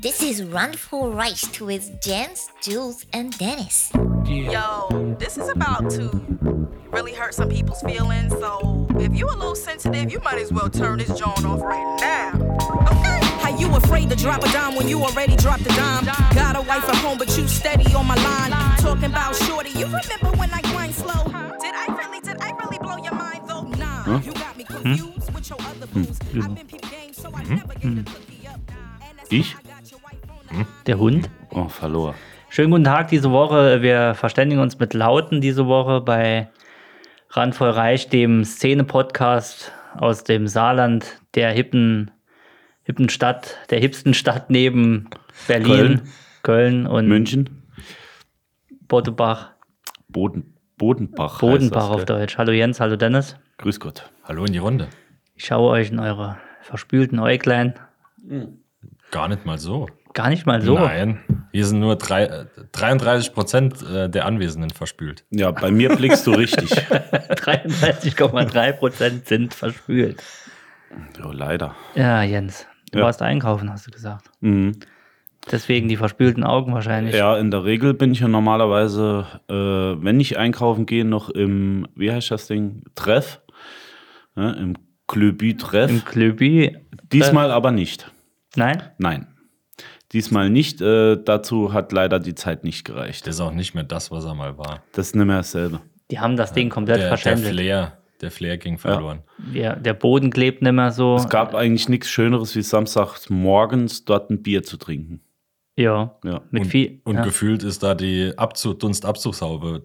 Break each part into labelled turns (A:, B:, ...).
A: This is Run for Rice with Jens, Jules, and Dennis.
B: Yo, this is about to really hurt some people's feelings. So if you a little sensitive, you might as well turn this joint off right now. Okay.
C: How you afraid to drop a dime when you already dropped a dime? Got a wife at home, but you steady on my line. Talking about shorty, you remember when I grind slow? Did I really, did I really blow your mind though? Nah, you got me confused with your other fools. I've been peep game, so I never get the cookie up. And that's
D: Ich?
C: why I got your wife on the
E: Der Hund.
D: Oh, verlor.
E: Schönen guten Tag diese Woche. Wir verständigen uns mit Lauten diese Woche bei Randvoll Reich, dem Szene-Podcast aus dem Saarland, der hippen, hippen Stadt, der hipsten Stadt neben Berlin, Köln, und
D: München?
E: Bottebach,
D: Boden, Bodenbach. heißt
E: Bodenbach
D: das,
E: auf
D: gell?
E: Deutsch. Hallo Jens, hallo Dennis.
D: Grüß Gott.
F: Hallo in die Runde.
E: Ich schaue euch in eure verspülten Äuglein.
F: Gar nicht mal so.
E: Gar nicht mal so.
F: Nein, hier sind nur drei, äh, 33 Prozent äh, der Anwesenden verspült.
D: Ja, bei mir blickst du richtig.
E: 33,3 Prozent sind verspült.
D: Ja, leider.
E: Ja, Jens, du
D: Ja.
E: warst einkaufen, hast du gesagt.
D: Mhm.
E: Deswegen die verspülten Augen wahrscheinlich.
D: Ja, in der Regel bin ich ja normalerweise, äh, wenn ich einkaufen gehe, noch im, wie heißt das Ding? Treff. Ne, Im
E: Im
D: Klöbi-Treff.
E: Klöbi.
D: Diesmal aber nicht.
E: Nein?
D: Nein. Diesmal nicht. Äh, dazu hat leider die Zeit nicht gereicht.
F: Das ist auch nicht mehr das, was er mal war.
D: Das ist nicht mehr dasselbe.
E: Die haben das Ding komplett
F: Der, der
E: verschändelt.
F: Flair, der Flair ging verloren.
E: ja, der Boden klebt nicht mehr so.
D: Es gab eigentlich nichts Schöneres, wie samstags morgens dort ein Bier zu trinken.
E: ja.
D: Ja.
E: Mit
F: Und,
E: viel.
F: und
E: ja.
F: gefühlt ist da die Abzug, Dunstabzugshaube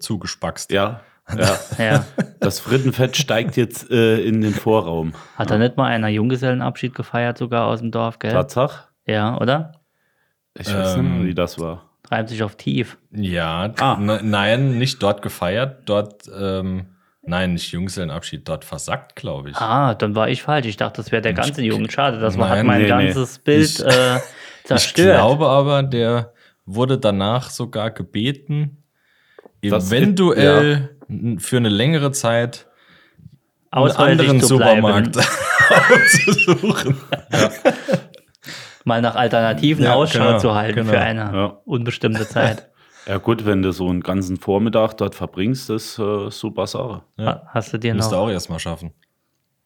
F: zugespackst.
D: Ja. ja.
E: ja.
D: Das Frittenfett steigt jetzt äh, in den Vorraum.
E: Hat da nicht mal einer Junggesellenabschied gefeiert, sogar aus dem Dorf, gell?
D: Tatsache?
E: Ja, oder?
D: Ich weiß nicht mehr,
F: Ähm.
D: wie das war.
E: Reimt sich auf tief.
F: Ja,
D: Ah.
F: ne- nein, nicht dort gefeiert, dort, ähm, nein, nicht Jungsellenabschied, dort versackt, glaube ich.
E: Ah, dann war ich falsch. Ich dachte, das wäre der ganze Jugend. Schade, das war- hat
F: Nein,
E: mein
D: nee, nee.
E: ganzes Bild
F: Ich-
E: äh,
F: ich
E: zerstört.
F: glaube aber, der wurde danach sogar gebeten,
D: Das-
F: eventuell n- für eine längere Zeit einen
E: Ausweichlich
F: anderen
E: zu bleiben. Genau.
F: Supermarkt auszusuchen.
E: Mal nach Alternativen
F: Ja,
E: Ausschau
F: genau,
E: zu halten
F: genau.
E: für eine
D: Ja.
E: unbestimmte Zeit.
D: Ja gut, wenn du so einen ganzen Vormittag dort verbringst, das ist äh, super Sache.
E: Ha- Hast du dir
F: Müsste
E: noch,
F: auch erstmal schaffen.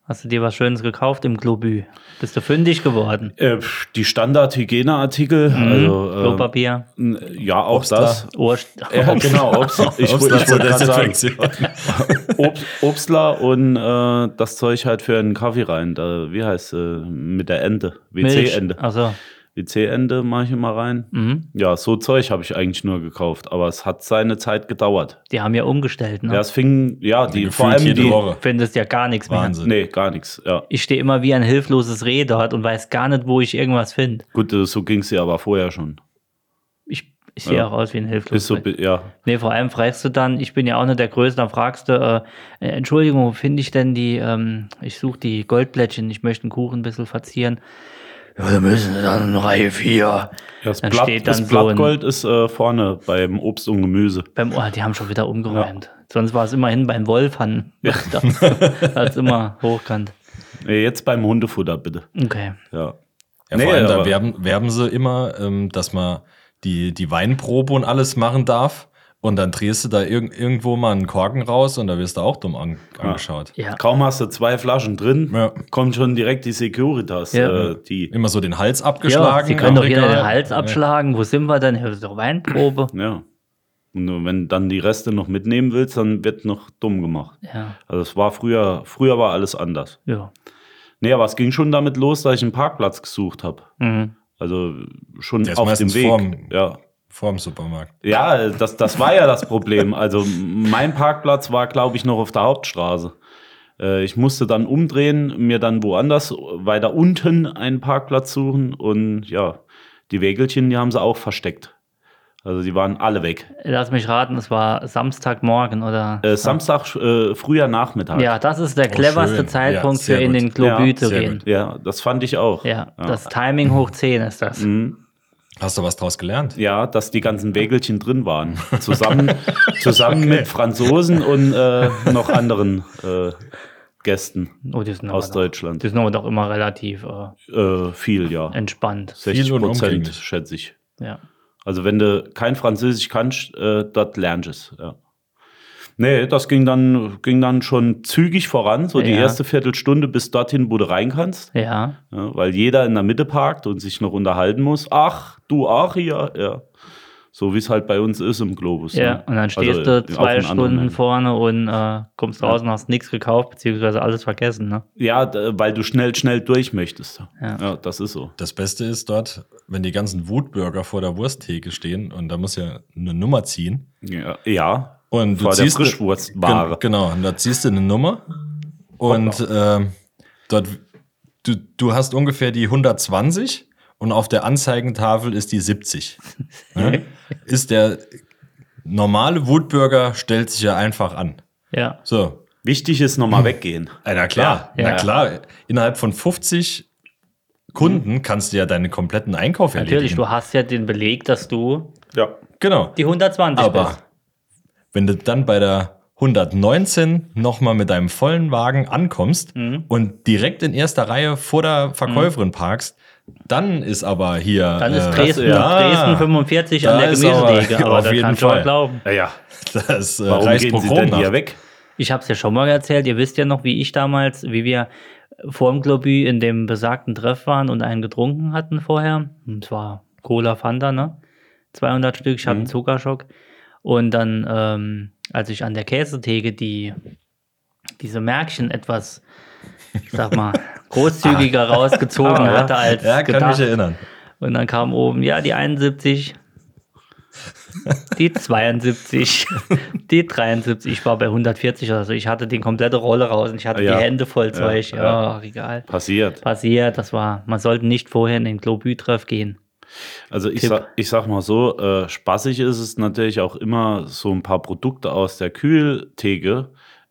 E: hast du dir was Schönes gekauft im Globü? Bist du fündig geworden?
D: Äh, die Standard-Hygieneartikel, also äh,
E: Klopapier,
D: n- ja, auch
F: Obst da.
D: das.
E: Obst,
D: Ja, genau, Obst, ich, ich
F: Obstler zur
D: wollte gerade sagen,
F: Desinfektion.
D: Obst, Obstler und äh, das Zeug halt für einen Kaffee rein. Da, wie heißt äh, mit der Ente?
E: Milch.
D: WC-Ende.
E: Also,
D: WC-Ende mache ich immer rein.
E: mhm.
D: Ja, so Zeug habe ich eigentlich nur gekauft, aber es hat seine Zeit gedauert.
E: die haben ja umgestellt. Ne?
D: Ja, es fing, ja, die,
F: Also Gefühlt
D: vor allem
F: jede
D: die,
F: Woche.
E: Findest ja gar nichts mehr.
F: Wahnsinn.
D: Nee, gar nichts. Ja.
E: Ich stehe immer wie ein hilfloses Reh dort und weiß gar nicht, wo ich irgendwas finde.
D: Gut, äh, so ging es dir aber vorher schon.
E: Ich, ich sehe
D: Ja.
E: auch aus wie ein
D: Ist
E: hilfloses
D: so,
E: Reh.
D: bi- ja.
E: Nee, vor allem fragst du dann, ich bin ja auch nicht der Größte, dann fragst du, äh, Entschuldigung, wo finde ich denn die, ähm, ich suche die Goldblättchen, ich möchte einen Kuchen ein bisschen verzieren. Ja, da müssen wir dann in Reihe 4.
D: Das,
E: Dann
D: Blatt,
E: steht
D: das
E: dann so ein-
D: Blattgold ist äh, vorne beim Obst und Gemüse.
E: Beim, oh, die haben schon wieder umgeräumt. Sonst war es immerhin beim Wolfhahn. Da hat es immer hochkant.
D: Nee, jetzt beim Hundefutter, bitte.
E: Okay.
D: Ja.
F: Ja,
D: Nee,
F: vor allem, da
D: aber-
F: werben, werben sie immer, ähm, dass man die, die Weinprobe und alles machen darf. Und dann drehst du da irg irgendwo mal einen Korken raus und da wirst du auch dumm an angeschaut.
E: Ja.
D: Kaum hast du zwei Flaschen drin,
F: Ja.
D: kommt schon direkt die Securitas.
E: Ja.
D: Äh, die,
F: Immer so den Hals
E: ja,
F: abgeschlagen.
E: sie können doch
F: am
E: jeder
F: Regal. ne,
E: den Hals abschlagen. Wo sind wir denn? Hier ist doch Weinprobe.
D: ja. Und wenn du dann die Reste noch mitnehmen willst, dann wird noch dumm gemacht.
E: Ja.
D: Also es war früher, früher war alles anders.
E: ja.
D: Nee, aber es ging schon damit los, dass ich einen Parkplatz gesucht habe.
E: Mhm.
D: Also schon
F: Der ist
D: auf dem
F: meistens
D: Weg.
F: vorm-
D: Ja.
F: Vorm Supermarkt.
D: Ja, das, das war ja das Problem. Also mein Parkplatz war, glaube ich, noch auf der Hauptstraße. Äh, Ich musste dann umdrehen, mir dann woanders weiter unten einen Parkplatz suchen und ja, die Wägelchen, die haben sie auch versteckt. Also die waren alle weg.
E: Lass mich raten, es war Samstagmorgen oder.
D: Äh, Samstag, äh, früher Nachmittag.
E: ja, das ist der cleverste
F: Oh, schön.
E: Zeitpunkt
F: Ja,
E: für
F: sehr
E: in
F: gut.
E: den Globü
D: Ja,
E: zu
F: sehr
E: gehen.
F: gut.
D: ja, das fand ich auch.
E: Ja,
D: ja.
E: das Timing hoch 10 ist das.
D: Mhm.
F: Hast du was draus gelernt?
D: Ja, dass die ganzen Wägelchen drin waren. Zusammen, zusammen mit Franzosen und äh, noch anderen äh, Gästen
E: Oh, die sind aber
D: aus
E: doch-
D: Deutschland.
E: Die sind aber doch immer relativ äh,
D: Äh, viel, ja.
E: entspannt.
D: 60
F: und
D: Prozent,
F: umgänglich.
D: schätze ich.
E: Ja.
D: Also wenn du kein Französisch kannst, äh, das lernst du es. Ja. Nee, das ging dann, ging dann schon zügig voran, so die
E: Ja.
D: erste Viertelstunde bis dorthin, wo du rein kannst,
E: Ja.
D: ja, weil jeder in der Mitte parkt und sich noch unterhalten muss. Ach, du auch hier, ja. So wie es halt bei uns ist im Globus.
E: Ja,
D: ne?
E: und dann
D: Also,
E: stehst
D: äh,
E: du
D: auf
E: zwei
D: einem anderen
E: Stunden
D: Ende.
E: vorne und äh, kommst raus und hast nichts gekauft, beziehungsweise alles vergessen, ne?
D: Ja, d- weil du schnell, schnell durch möchtest.
E: Ja.
D: Ja, das ist so.
F: Das Beste ist dort, wenn die ganzen Wutbürger vor der Wursttheke stehen und da muss ja eine Nummer ziehen.
D: Ja, ja.
F: Und du
D: Vor der
F: ziehst eine-
D: Frischwurstware.
F: Gen- Genau, und da ziehst du eine Nummer und ähm, dort, du, du hast ungefähr die 120 und auf der Anzeigentafel ist die 70. ne? Ist der normale Wutbürger stellt sich ja einfach an.
E: Ja.
F: So,
D: Wichtig ist nochmal weggehen.
F: Ah, Na klar,
E: Ja.
F: na klar. Innerhalb von 50 Kunden kannst du ja deinen kompletten Einkauf
E: Natürlich,
F: erledigen.
E: du hast ja den Beleg, dass du
D: Ja.
F: Genau.
E: die 120
F: Aber
E: bist.
F: wenn du dann bei der 119 nochmal mit deinem vollen Wagen ankommst
D: Mhm.
F: und direkt in erster Reihe vor der Verkäuferin parkst, dann ist aber hier.
E: Dann ist
F: äh,
E: Dresden,
F: ja,
E: Dresden 45 an
F: Da
E: der
F: ist aber-
E: Gemüsetheke, aber,
F: auf
E: da
F: jeden
E: kannst du mal
F: Fall.
E: glauben.
D: Ja,
F: Das äh,
D: warum gehen sie denn
F: Reichspogrom
D: hier
F: nach.
D: weg?
E: Ich habe es ja schon mal erzählt, ihr wisst ja noch, wie ich damals, wie wir vor dem Globü in dem besagten Treff waren und einen getrunken hatten vorher. Und zwar Cola Fanta, ne? 200 Stück,
F: Mhm.
E: ich hatte einen Zuckerschock. Und dann, ähm, als ich an der Käsetheke die, diese Märkchen etwas, ich sag mal, großzügiger rausgezogen hatte als
F: Ah, Ja, kann
E: gedacht.
F: mich erinnern.
E: Und dann kam oben, ja, die 71, die 72, die 73. Ich war bei 140 oder so. Ich hatte die komplette Rolle raus und ich hatte
D: Ja.
E: die Hände voll Zeug. Ja,
D: Ja, ja.
E: ach, egal.
D: Passiert.
E: Passiert, das war, man sollte nicht vorher in den Globü-Treff gehen.
D: Also ich,
E: Tipp.
D: sa ich sag mal so, äh, spaßig ist es natürlich auch immer, so ein paar Produkte aus der Kühltheke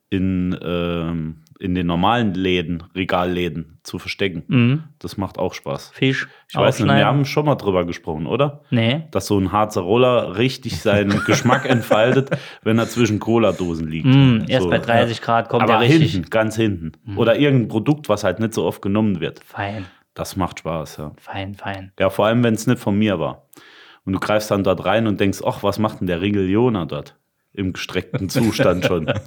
D: in, ähm, in den normalen Läden, Regalläden zu verstecken.
E: Mhm.
D: Das macht auch Spaß.
E: Fisch,
D: Ich weiß nicht, wir
E: aufschneiden.
D: haben schon mal drüber gesprochen, oder?
E: Nee.
D: Dass so ein Harzer Roller richtig seinen Geschmack entfaltet, wenn er zwischen Cola-Dosen liegt.
E: Mhm, erst
D: So,
E: bei
D: ja.
E: 30 Grad kommt
D: Aber
E: der richtig Mhm.
D: hinten, ganz hinten. Oder irgendein Produkt, was halt nicht so oft genommen wird.
E: fein,
D: Das macht Spaß, ja.
E: fein, fein.
D: Ja, vor allem, wenn es nicht von mir war. Und du greifst dann dort rein und denkst, ach, was macht denn der Riegel Jona dort? Im gestreckten Zustand schon. Der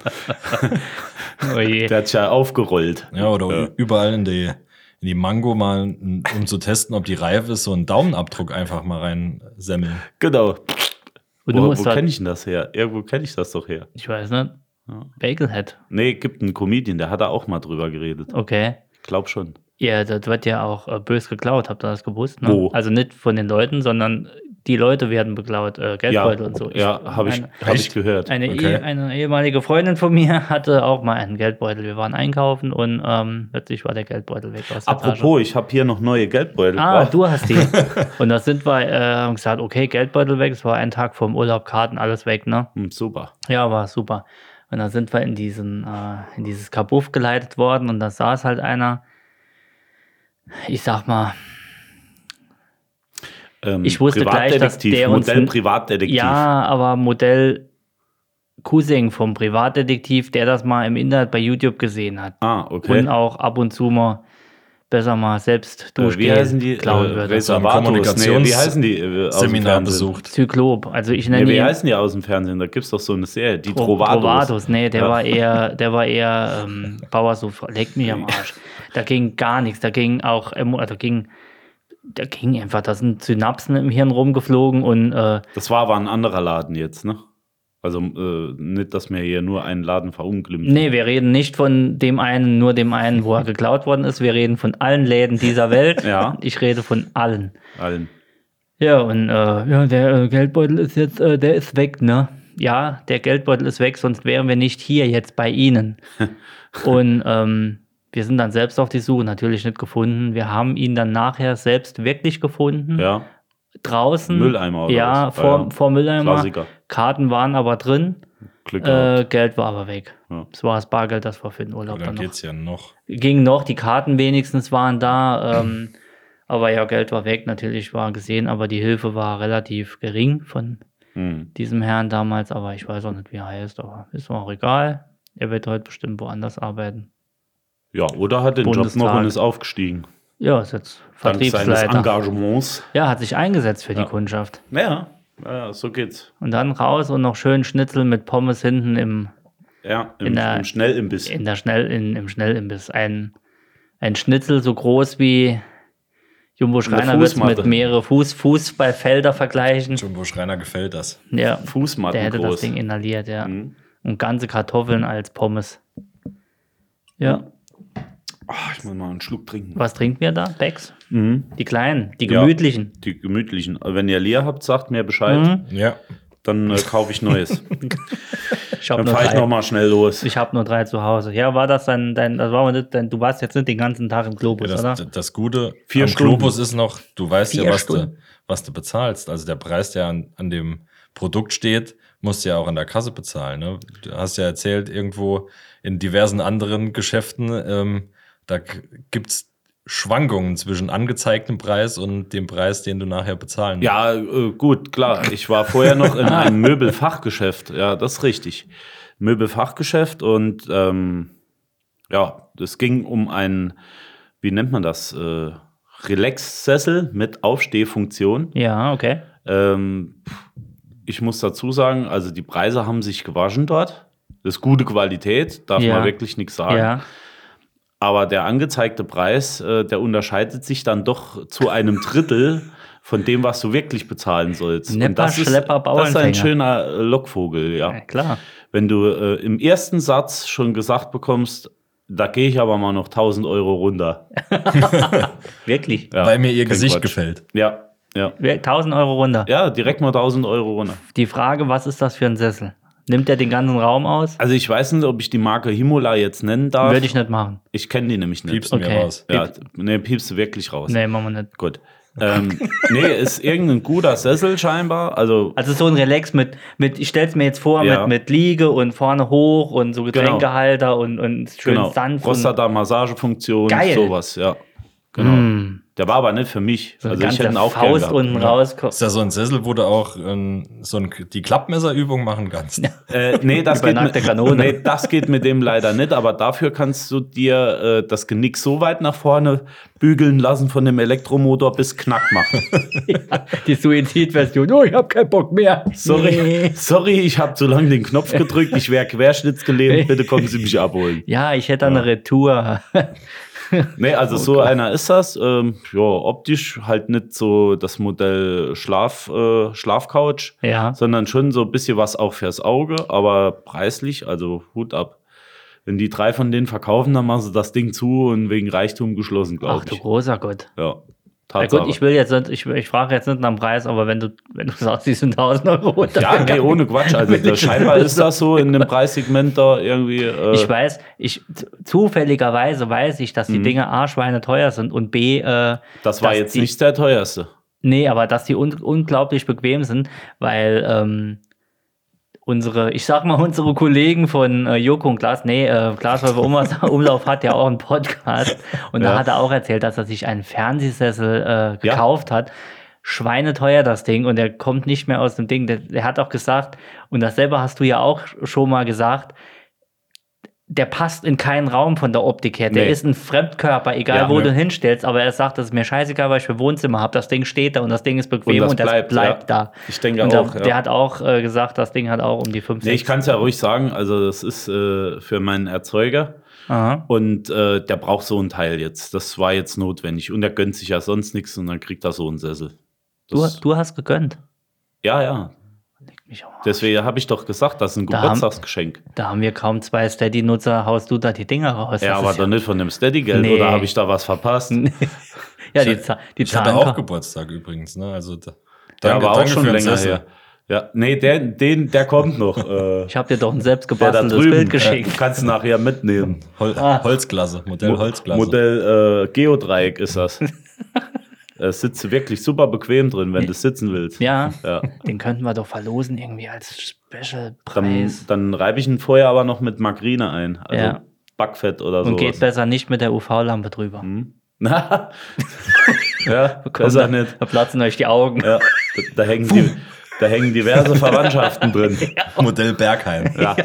E: Oh je.
D: hat sich ja aufgerollt.
F: Ja, oder überall in die, in die Mango mal, um zu testen, ob die reif ist, so einen Daumenabdruck einfach mal reinsemmeln.
D: Genau.
E: Und du
D: Wo,
E: musst halt
D: wo
E: da-
D: kenne ich denn das her? Irgendwo kenne ich das doch her.
E: ich weiß nicht. Bagelhead,
D: Nee, gibt einen Comedian, der hat da auch mal drüber geredet.
E: okay.
D: Glaub schon.
E: Ja, das wird ja auch äh, bös geklaut, habt ihr das gewusst? Ne?
D: Wo?
E: Also nicht von den Leuten, sondern die Leute werden beklaut, äh, Geldbeutel und so. Ich-
D: ja, habe ich,
E: Eine,
D: hab ich
F: Echt?
D: gehört.
E: eine,
F: Okay.
E: Ehe, eine ehemalige Freundin von mir hatte auch mal einen Geldbeutel. Wir waren einkaufen und ähm, plötzlich war der Geldbeutel weg aus der Tasche.
D: Apropos, ich habe hier noch neue Geldbeutel.
E: Ah,
D: gebracht.
E: du hast die. und das sind wir, äh, haben gesagt, okay, Geldbeutel weg. Es war ein Tag vorm Urlaub, Karten, alles weg, ne?
D: Hm, super.
E: Ja, war super. Und dann sind wir in, diesen, äh, in dieses Kabuff geleitet worden und da saß halt einer, ich sag mal,
D: Ähm,
E: Ich wusste gleich, dass
D: Privatdetektiv,
E: der uns-
D: Modell Privatdetektiv.
E: Ja, aber Modell Cousin vom Privatdetektiv, der das mal im Internet bei YouTube gesehen hat.
D: Ah, okay.
E: Und auch ab und zu mal besser mal selbst
D: Äh, wie heißen
E: durchgehen
D: die?
E: klauen
D: Äh,
E: würde.
F: Res-
D: Reservatos.
F: Kommunikations-
D: Nee, wie heißen die? äh, aus dem
F: Seminar
D: Fernsehen?
F: besucht.
E: Zyklop. Also ich
D: Nee,
E: nenne
D: wie
E: ihn
D: heißen die aus dem Fernsehen? Da gibt es doch so eine Serie, die
E: Tro-
D: Trovatos.
E: Trovatos. Nee, der
D: Ja.
E: war eher, der war eher ähm, Bauersufer. Leckt mich am Arsch. Da ging gar nichts. Da ging auch, emo- da ging, da ging einfach, da sind Synapsen im Hirn rumgeflogen und äh,
D: Das war aber ein anderer Laden jetzt, ne? Also äh, nicht, dass wir hier nur einen Laden verunglimpft.
E: Nee, wir reden nicht von dem einen, nur dem einen, wo er geklaut worden ist. Wir reden von allen Läden dieser Welt.
D: Ja.
E: Ich rede von allen.
D: Allen.
E: Ja, und äh, ja, der äh, Geldbeutel ist jetzt, äh, der ist weg, ne? Ja, der Geldbeutel ist weg, sonst wären wir nicht hier jetzt bei Ihnen. und ähm, wir sind dann selbst auf die Suche, natürlich nicht gefunden. Wir haben ihn dann nachher selbst wirklich gefunden.
D: Ja.
E: Draußen.
D: Mülleimer oder
E: Ja,
D: was?
E: vor,
D: Ja, ja.
E: vor Mülleimer.
D: Klassiker.
E: Karten waren aber drin.
D: Glück
E: Äh,
D: gehabt.
E: Geld war aber weg.
D: Ja.
E: Das war das Bargeld, das war für den Urlaub
F: Dann
E: dann noch.
F: geht's ja noch.
E: Ging noch, die Karten wenigstens waren da. Ähm, aber ja, Geld war weg, natürlich war gesehen, aber die Hilfe war relativ gering von
D: Hm.
E: diesem Herrn damals. Aber ich weiß auch nicht, wie er heißt, aber ist mir auch egal. Er wird heute bestimmt woanders arbeiten.
D: Ja, oder hat den Job noch
E: Bundestag.
D: und ist aufgestiegen.
E: Ja, ist jetzt
D: Dank seines
E: Vertriebsleiter.
D: Engagements.
E: Ja, hat sich eingesetzt für die Kundschaft.
D: Ja, ja, so geht's.
E: Und dann raus und noch schön Schnitzel mit Pommes hinten im,
D: Ja, im,
E: In der-
D: im Schnellimbiss.
E: in der Schnell, in, im Schnellimbiss. Ein, ein Schnitzel so groß wie Jumbo Schreiner wird
D: Fußmatte.
E: mit mehrere Fuß, Fußballfelder vergleichen.
F: Jumbo Schreiner gefällt das.
E: Ja, der
D: Fußmatten
E: hätte das
D: groß. Mhm.
E: Ding inhaliert, ja. Und ganze Kartoffeln als Pommes. Ja,
D: Ah, ich muss mal einen Schluck trinken.
E: was trinken wir da? Becks? Die kleinen, die
D: Mhm. Ja.
E: gemütlichen. Mhm.
D: Die gemütlichen. Also Wenn ihr leer habt, sagt mir Bescheid.
F: Ja.
D: Dann äh, kaufe ich Neues.
E: Ich habe
D: Dann
E: nur,
D: fahre ich
E: drei.
D: nochmal schnell los.
E: Ich hab nur drei zu Hause. Ja, war das dann dein, das war aber nicht dein, du warst jetzt nicht den ganzen Tag im Globus,
F: Ja,
E: oder?
F: das, das Gute
D: Vier
F: am
D: Stunden.
F: Globus ist noch, du weißt
E: Vier
F: ja, was du,
E: Stunden.
F: was du bezahlst. Also der Preis, der an, an dem Produkt steht, musst du ja auch an der Kasse bezahlen. Ne? Du hast ja erzählt, irgendwo in diversen anderen Geschäften, ähm, da k- gibt's Schwankungen zwischen angezeigtem Preis und dem Preis, den du nachher bezahlen musst.
D: Ja, äh, gut, klar. Ich war vorher noch in einem Möbelfachgeschäft. Ja, das ist richtig. Möbelfachgeschäft und ähm, ja, es ging um einen, wie nennt man das? Äh, Relax-Sessel mit Aufstehfunktion.
E: Ja, okay.
D: Ähm, ich muss dazu sagen, also die Preise haben sich gewaschen dort. Das ist gute Qualität, darf
E: Ja.
D: man wirklich nichts sagen.
E: Ja.
D: Aber der angezeigte Preis, äh, der unterscheidet sich dann doch zu einem Drittel von dem, was du wirklich bezahlen sollst.
E: Nepper, Schlepper,
D: das ist ein
E: Bauernfänger.
D: schöner äh, Lockvogel, ja.
E: ja, klar.
D: Wenn du äh, im ersten Satz schon gesagt bekommst, da gehe ich aber mal noch 1000 Euro runter.
E: Wirklich.
D: Ja,
F: Weil mir ihr
D: kein
F: Gesicht
D: Quatsch.
F: gefällt.
D: Ja, ja.
E: Wir- 1000 Euro runter.
D: Ja, direkt mal 1000 Euro runter.
E: Die Frage, was ist das für ein Sessel? Nimmt der den ganzen Raum aus?
D: Also ich weiß nicht, ob ich die Marke Himola jetzt nennen darf.
E: Würde ich nicht machen.
D: Ich kenne die nämlich nicht.
F: Piepst
E: Okay.
F: mir raus.
D: Ja, nee, piepst du wirklich raus.
E: Nee, machen wir nicht.
D: Gut. Ähm, nee, ist irgendein guter Sessel scheinbar. Also,
E: Also so ein Relax mit, mit ich stell's mir jetzt vor,
D: Ja.
E: mit, mit Liege und vorne hoch und so
D: Genau.
E: Getränkehalter und, und schön
D: genau.
E: sanft. Und,
D: Prostata-Massagefunktion,
E: Geil. Mm.
D: sowas, ja. Genau. Der war aber nicht für mich.
E: so eine
D: also, ich hätte ihn
E: ganze
D: auch
E: Faust
D: gern
E: unten
D: gehabt.
E: raus.
F: Ist da so ein Sessel, wo du auch ähm, so ein, die Klappmesserübung machen kannst?
D: Äh, nee, das
E: Über
D: geht
E: nackte
D: mit,
E: Kanone.
D: nee, das geht mit dem leider nicht, aber dafür kannst du dir äh, das Genick so weit nach vorne bügeln lassen von dem Elektromotor, bis Knack macht.
E: Die Suizidversion. Oh, ich hab keinen Bock mehr.
D: Sorry, sorry, ich habe zu lange den Knopf gedrückt, ich wäre querschnittsgelähmt, bitte kommen Sie mich abholen.
E: Ja, ich hätte eine Retour.
D: Nee, also
E: Oh
D: so einer ist das. Ähm, ja, optisch halt nicht so das Modell Schlaf, äh, Schlafcouch,
E: Ja.
D: sondern schon so ein bisschen was auch fürs Auge, aber preislich, also Hut ab. Wenn die drei von denen verkaufen, dann machen sie das Ding zu und wegen Reichtum geschlossen,
E: Ach
D: glaube
E: du
D: ich.
E: großer Gott.
D: Ja,
E: Na
D: Tatsache.
E: gut, ich will jetzt nicht, ich, ich frage jetzt nicht nach dem Preis, aber wenn du, wenn du sagst, die sind 1000 Euro runter.
D: ja, nee, ohne Quatsch. Also da, scheinbar ist das so in dem Preissegment da irgendwie. Äh,
E: Ich weiß, ich zu- zufälligerweise weiß ich, dass
D: Mhm.
E: die Dinge A, Schweine teuer sind und B, äh,
D: das war
E: dass
D: jetzt
E: die,
D: nicht der teuerste.
E: Nee, aber dass die un unglaublich bequem sind, weil ähm, unsere, ich sag mal, unsere Kollegen von äh, Joko und Glas, nee, äh, Glasräuber Umlauf hat ja auch einen Podcast und da
D: Ja.
E: hat er auch erzählt, dass er sich einen Fernsehsessel äh,
D: Ja.
E: gekauft hat. Schweineteuer das Ding und er kommt nicht mehr aus dem Ding. Der, der hat auch gesagt, und dasselbe hast du ja auch schon mal gesagt, der passt in keinen Raum von der Optik her. Der
D: Nee.
E: ist ein Fremdkörper, egal
D: Ja,
E: wo
D: ne.
E: du ihn hinstellst. Aber er sagt, das ist mir scheißegal, weil ich für Wohnzimmer habe. Das Ding steht da und das Ding ist bequem und das, bleibt,
D: ja.
E: da.
D: Ich denke
E: und da,
D: auch, ja.
E: Der hat auch äh, gesagt, das Ding hat auch um die 50.
D: Nee, ich kann es ja ruhig sagen. Also, das ist äh, für meinen Erzeuger.
E: Aha.
D: Und äh, der braucht so einen Teil jetzt. Das war jetzt notwendig. Und er gönnt sich ja sonst nichts und dann kriegt er so einen Sessel.
E: Du,
D: Das,
E: du hast gegönnt.
D: ja, ja.
E: Mich auch.
D: Deswegen habe ich doch gesagt, das ist ein
E: Da haben-
D: Geburtstagsgeschenk.
E: Da haben wir kaum zwei Steady-Nutzer, haust du da die Dinger raus.
D: ja,
E: Das
D: aber
E: ist
D: doch nicht von dem Steady-Geld.
E: Nee.
D: Oder habe ich da was verpasst?
E: ja, ja, die, Za- die
F: Ich hatte auch
E: Zahlen.
F: Geburtstag übrigens. Ne? Also, da,
D: Der
F: danke-
D: war auch
F: danke
D: schon
F: für den
D: länger
F: Sessel.
D: her. Ja, nee, der, den, der kommt noch. Äh,
E: Ich habe dir doch ein
D: der da
E: selbstgebasteltes
D: drüben.
E: Bild
D: Äh,
E: geschickt.
D: kannst du nachher mitnehmen.
F: Hol
E: Ah.
F: Holzklasse, Modell Holzklasse.
D: Modell äh, Geodreieck ist das. Da sitzt du wirklich super bequem drin, wenn du sitzen willst.
E: Ja,
D: ja.
E: den könnten wir doch verlosen irgendwie als
D: Dann,
E: Special-Preis.
D: dann reibe ich ihn vorher aber noch mit Margarine ein. Also
E: Ja.
D: Backfett oder so.
E: Und geht besser nicht mit der UV-Lampe drüber.
D: Na, ja,
E: Komm,
D: besser
E: da,
D: nicht.
E: da platzen euch die Augen.
D: Ja, da, da hängen die, Da hängen diverse Verwandtschaften drin.
F: Modell Bergheim.
D: Ja.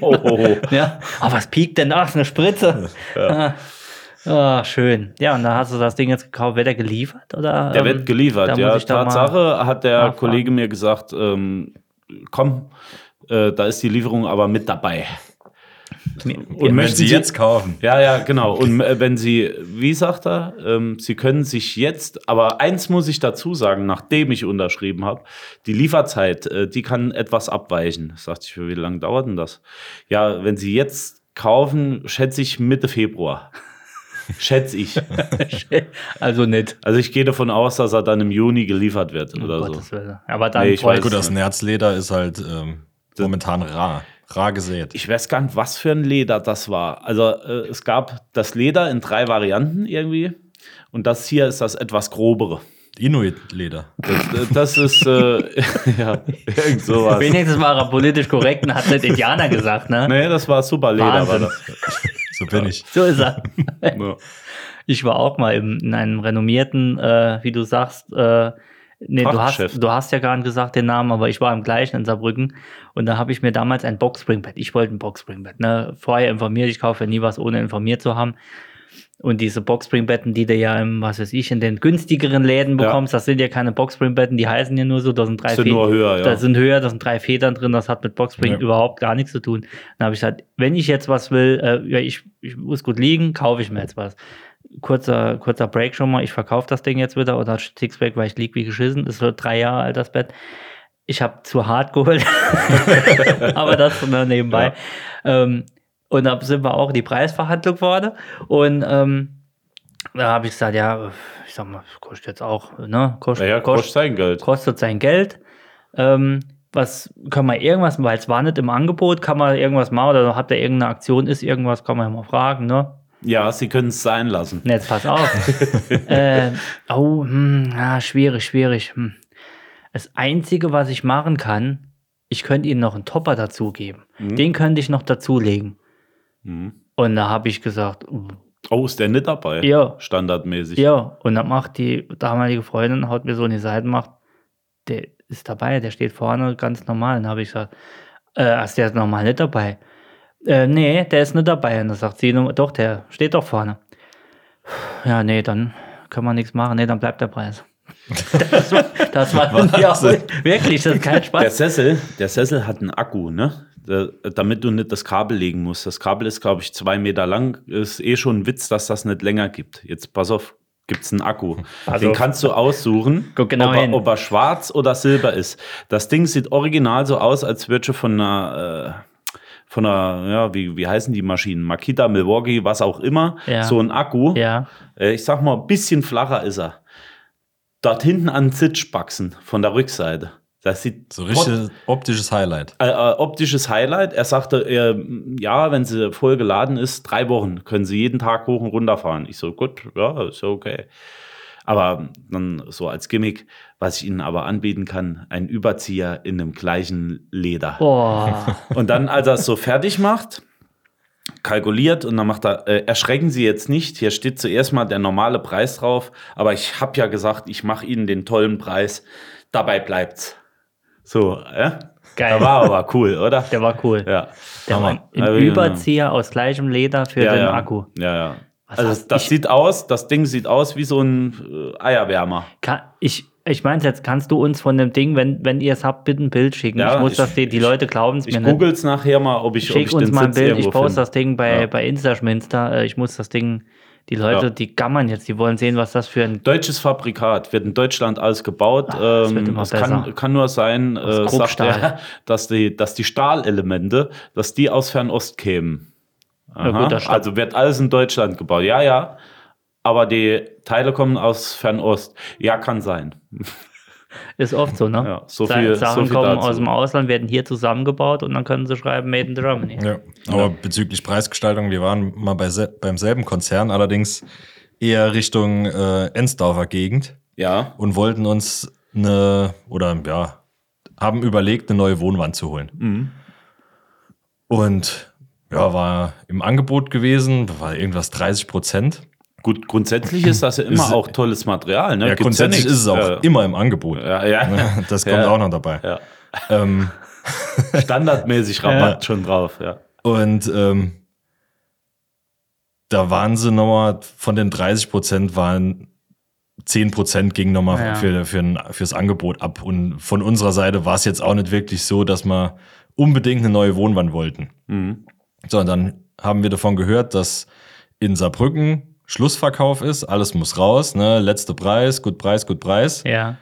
D: Oh, oh, oh.
E: Ja. Oh, was piekt denn? Ach, ist eine Spritze. Ah, schön. Ja, und da hast du das Ding jetzt gekauft. Wird der geliefert? Oder,
D: Der
E: ähm,
D: wird geliefert,
E: da muss
D: ja.
E: ich da mal-
D: Tatsache hat der
E: nachfragen.
D: Kollege mir gesagt, ähm, komm, äh, da ist die Lieferung aber mit dabei. Und
F: Wenn Sie jetzt kaufen.
D: Ja, ja, genau. Und äh, wenn Sie, wie sagt er, ähm, Sie können sich jetzt, aber eins muss ich dazu sagen, nachdem ich unterschrieben habe, die Lieferzeit, äh, die kann etwas abweichen. Sagte ich, wie lange dauert denn das? Ja, wenn Sie jetzt kaufen, schätze ich Mitte Februar. Schätze ich.
E: also nicht.
D: Also ich gehe davon aus, dass er dann im Juni geliefert wird oder so.
E: Oh Gottes Willen. Aber dann
D: Nee, ich
E: freut-
D: weiß-
F: Gut, das Nerzleder ist halt ähm, momentan rar. Rar gesät.
D: ich weiß gar nicht, was für ein Leder das war. Also äh, es gab das Leder in drei Varianten irgendwie. Und das hier ist das etwas grobere.
F: Inuit-Leder.
D: Das, das ist äh, ja irgend sowas.
E: Wenigstens war er politisch korrekt und hat nicht Indianer gesagt, ne?
D: Nee, das war super Leder. War
E: Wahnsinn.
D: das.
F: So bin ich.
E: So ist er.
D: Ja.
E: Ich war auch mal im, in einem renommierten, äh, wie du sagst, äh, nee, du hast,
D: Fachgeschäft.
E: du hast ja gar nicht gesagt den Namen, aber ich war im gleichen in Saarbrücken und da habe ich mir damals ein Boxspringbett, ich wollte ein Boxspringbett, ne, vorher informiert, ich kaufe ja nie was, ohne informiert zu haben. Und diese Boxspringbetten, die du ja im, was weiß ich, in den günstigeren Läden
D: Ja.
E: bekommst, das sind ja keine Boxspringbetten, die heißen ja nur so, da sind drei
D: Sind
E: Fe-
D: nur höher, ja.
E: Da sind höher, da sind drei Federn drin, das hat mit Boxspring
F: Ja.
E: überhaupt gar nichts zu tun. Dann habe ich gesagt, wenn ich jetzt was will, äh, ja, ich, ich muss gut liegen, kaufe ich mir jetzt was. Kurzer, kurzer Break schon mal, ich verkaufe das Ding jetzt wieder oder schick's weg, weil ich lieg wie geschissen, ist so drei Jahre alt das Bett. Ich habe zu hart geholt, aber das nur nebenbei. Ähm, und da sind wir auch in die Preisverhandlung geworden und ähm, da habe ich gesagt, ja, ich sag mal, das kostet jetzt auch, ne? Kost,
D: Naja, kostet sein Geld.
E: kostet sein Geld. Ähm, was kann man irgendwas, weil es war nicht im Angebot, kann man irgendwas machen oder habt ihr irgendeine Aktion, ist irgendwas, kann man ja mal fragen, ne?
D: Ja, sie können es sein lassen.
E: Und jetzt pass auf. äh, oh, hm, ah, schwierig, schwierig. Hm. Das Einzige, was ich machen kann, ich könnte ihnen noch einen Topper dazugeben. Den könnte ich noch dazulegen. Und da habe ich gesagt,
D: Oh, ist der nicht dabei?
E: Ja.
D: Standardmäßig.
E: ja, und dann macht die damalige Freundin, haut mir so in die Seite, macht, der ist dabei, der steht vorne ganz normal. Und dann habe ich gesagt, äh, ist der normal nicht dabei? Äh, nee, der ist nicht dabei. Und dann sagt sie, "Nun, doch, der steht doch vorne. Ja, nee, dann kann man nichts machen. Nee, dann bleibt der Preis. Das war, das war ja,
F: Wahnsinn.
E: wirklich, das ist kein Spaß.
D: Der Sessel, der Sessel hat einen Akku, ne? Da, damit du nicht das Kabel legen musst. Das Kabel ist, glaube ich, zwei Meter lang. Ist eh schon ein Witz, dass das nicht länger gibt. Jetzt pass auf, gibt es einen Akku. Den kannst du aussuchen,
E: Guck genau
D: ob, er,
E: hin.
D: ob er schwarz oder silber ist. Das Ding sieht original so aus, als würde von einer. Äh, von einer, ja, wie, wie heißen die Maschinen? Makita, Milwaukee, was auch immer.
E: Ja.
D: So ein Akku.
E: ja,
D: Äh, Ich sag mal, ein bisschen flacher ist er. Dort hinten an den Sitzspachsen von der Rückseite. Das sieht
F: So
D: tot-
F: richtig optisches Highlight.
D: äh, äh, optisches Highlight. Er sagte, äh, ja, wenn sie voll geladen ist, drei Wochen können sie jeden Tag hoch und runter fahren. Ich so, gut, ja, ist ja okay. Aber dann so als Gimmick, was ich Ihnen aber anbieten kann, ein Überzieher in dem gleichen Leder.
E: boah.
D: Und dann, als er es so fertig macht, kalkuliert und dann macht er, äh, erschrecken Sie jetzt nicht, hier steht zuerst mal der normale Preis drauf, aber ich habe ja gesagt, ich mache Ihnen den tollen Preis, dabei bleibt's. So, äh?
E: Geil.
D: Der war aber cool, oder?
E: Der war cool.
D: ja.
E: Der war
F: Hammer.
E: ein
D: Also, ja.
E: Überzieher aus gleichem Leder für
D: ja,
E: den
D: ja.
E: Akku.
D: Ja, ja.
E: Was
D: also
E: hast-
D: das
E: ich-
D: sieht aus, das Ding sieht aus wie so ein äh, Eierwärmer.
E: Kann, ich ich meine jetzt, kannst du uns von dem Ding, wenn, wenn ihr es habt, bitte ein Bild schicken.
D: Ja,
E: ich muss
D: ich-
E: das, die, die
D: ich-
E: Leute glauben es
D: Ich
E: mir
D: google es nachher mal, ob ich,
E: nicht.
D: ob ich
E: Schick uns
D: den
E: mal ein
D: Sitz
E: Bild. Ich
D: irgendwo
E: poste
D: finde.
E: das Ding bei,
D: Ja.
E: bei Insta-Schminster. Äh, Ich muss das Ding, die Leute,
D: Ja.
E: die gammern jetzt, die wollen sehen, was das für ein
D: Deutsches Fabrikat, wird in Deutschland alles gebaut.
E: Ah, das wird
D: ähm,
E: immer
D: es
E: besser.
D: kann, kann nur sein, äh, sagt
E: Kruppstahl.
D: er, dass die, dass die Stahlelemente, dass die aus Fernost kämen.
E: Na
D: Aha.
E: gut, das stimmt.
D: also wird alles in Deutschland gebaut. Ja, ja. Aber die Teile kommen aus Fernost. Ja, kann sein.
E: Ist oft so, ne?
D: Ja, so
E: Sa-
D: viel- so
E: Sachen
D: viel
E: kommen
D: dazu.
E: aus dem Ausland, werden hier zusammengebaut und dann können sie schreiben Made in Germany.
F: Ja, aber bezüglich Preisgestaltung, wir waren mal bei se beim selben Konzern, allerdings eher Richtung äh, Ensdorfer Gegend
D: Ja.
F: und wollten uns eine, oder ja, haben überlegt, eine neue Wohnwand zu holen.
D: Mhm.
F: Und ja, war im Angebot gewesen, war irgendwas 30 Prozent.
D: Gut, grundsätzlich ist das ja immer
F: Ist-
D: auch tolles Material. Ne?
F: Ja,
D: Gibt's
F: grundsätzlich
D: nix.
F: ist es auch
D: Ja.
F: immer im Angebot. ne?
D: Ja, ja.
F: Das kommt
D: Ja.
F: auch noch dabei.
D: Ja.
F: Ähm,
D: Standardmäßig Rabatt schon drauf. Ja.
F: und ähm, da waren sie nochmal, von den 30 Prozent waren 10 Prozent ging nochmal
E: Ja.
F: für, für ein, fürs Angebot ab. Und von unserer Seite war es jetzt auch nicht wirklich so, dass wir unbedingt eine neue Wohnwand wollten.
E: Mhm.
F: So, und dann haben wir davon gehört, dass in Saarbrücken Schlussverkauf ist, alles muss raus, ne? letzte Preis, gut Preis, gut Preis.
E: Ja.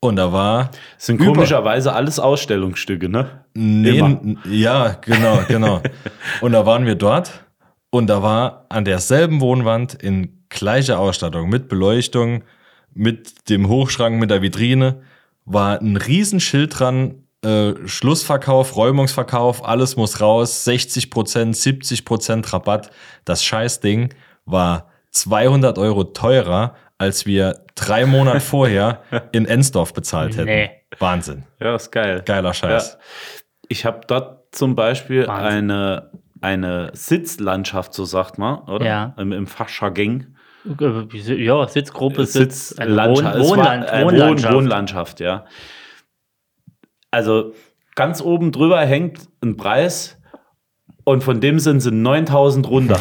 F: Und da war
D: Sind
F: Über-
D: komischerweise alles Ausstellungsstücke, ne?
F: Nee,
D: Immer.
F: n- ja, genau, genau. und da waren wir dort und da war an derselben Wohnwand in gleicher Ausstattung, mit Beleuchtung, mit dem Hochschrank, mit der Vitrine, war ein Riesenschild dran, äh, Schlussverkauf, Räumungsverkauf, alles muss raus, 60%, 70% Rabatt. Das Scheißding war 200 Euro teurer, als wir drei Monate vorher in Ensdorf bezahlt hätten.
E: Nee.
F: Wahnsinn.
D: Ja, ist geil.
F: Geiler Scheiß.
D: Ja. Ich habe dort zum Beispiel
E: Wahnsinn.
D: eine, eine Sitzlandschaft, so sagt man, oder?
E: Ja.
D: Im, im Fachjargon.
E: Ja, Sitzgruppe, Sitz, eine
D: Landschaft-
E: Wohn
D: es war-
E: Wohnland,
D: äh, Wohn-
E: Wohnlandschaft.
D: Wohnlandschaft, ja. Also ganz oben drüber hängt ein Preis und von dem sind sie 9000 runter.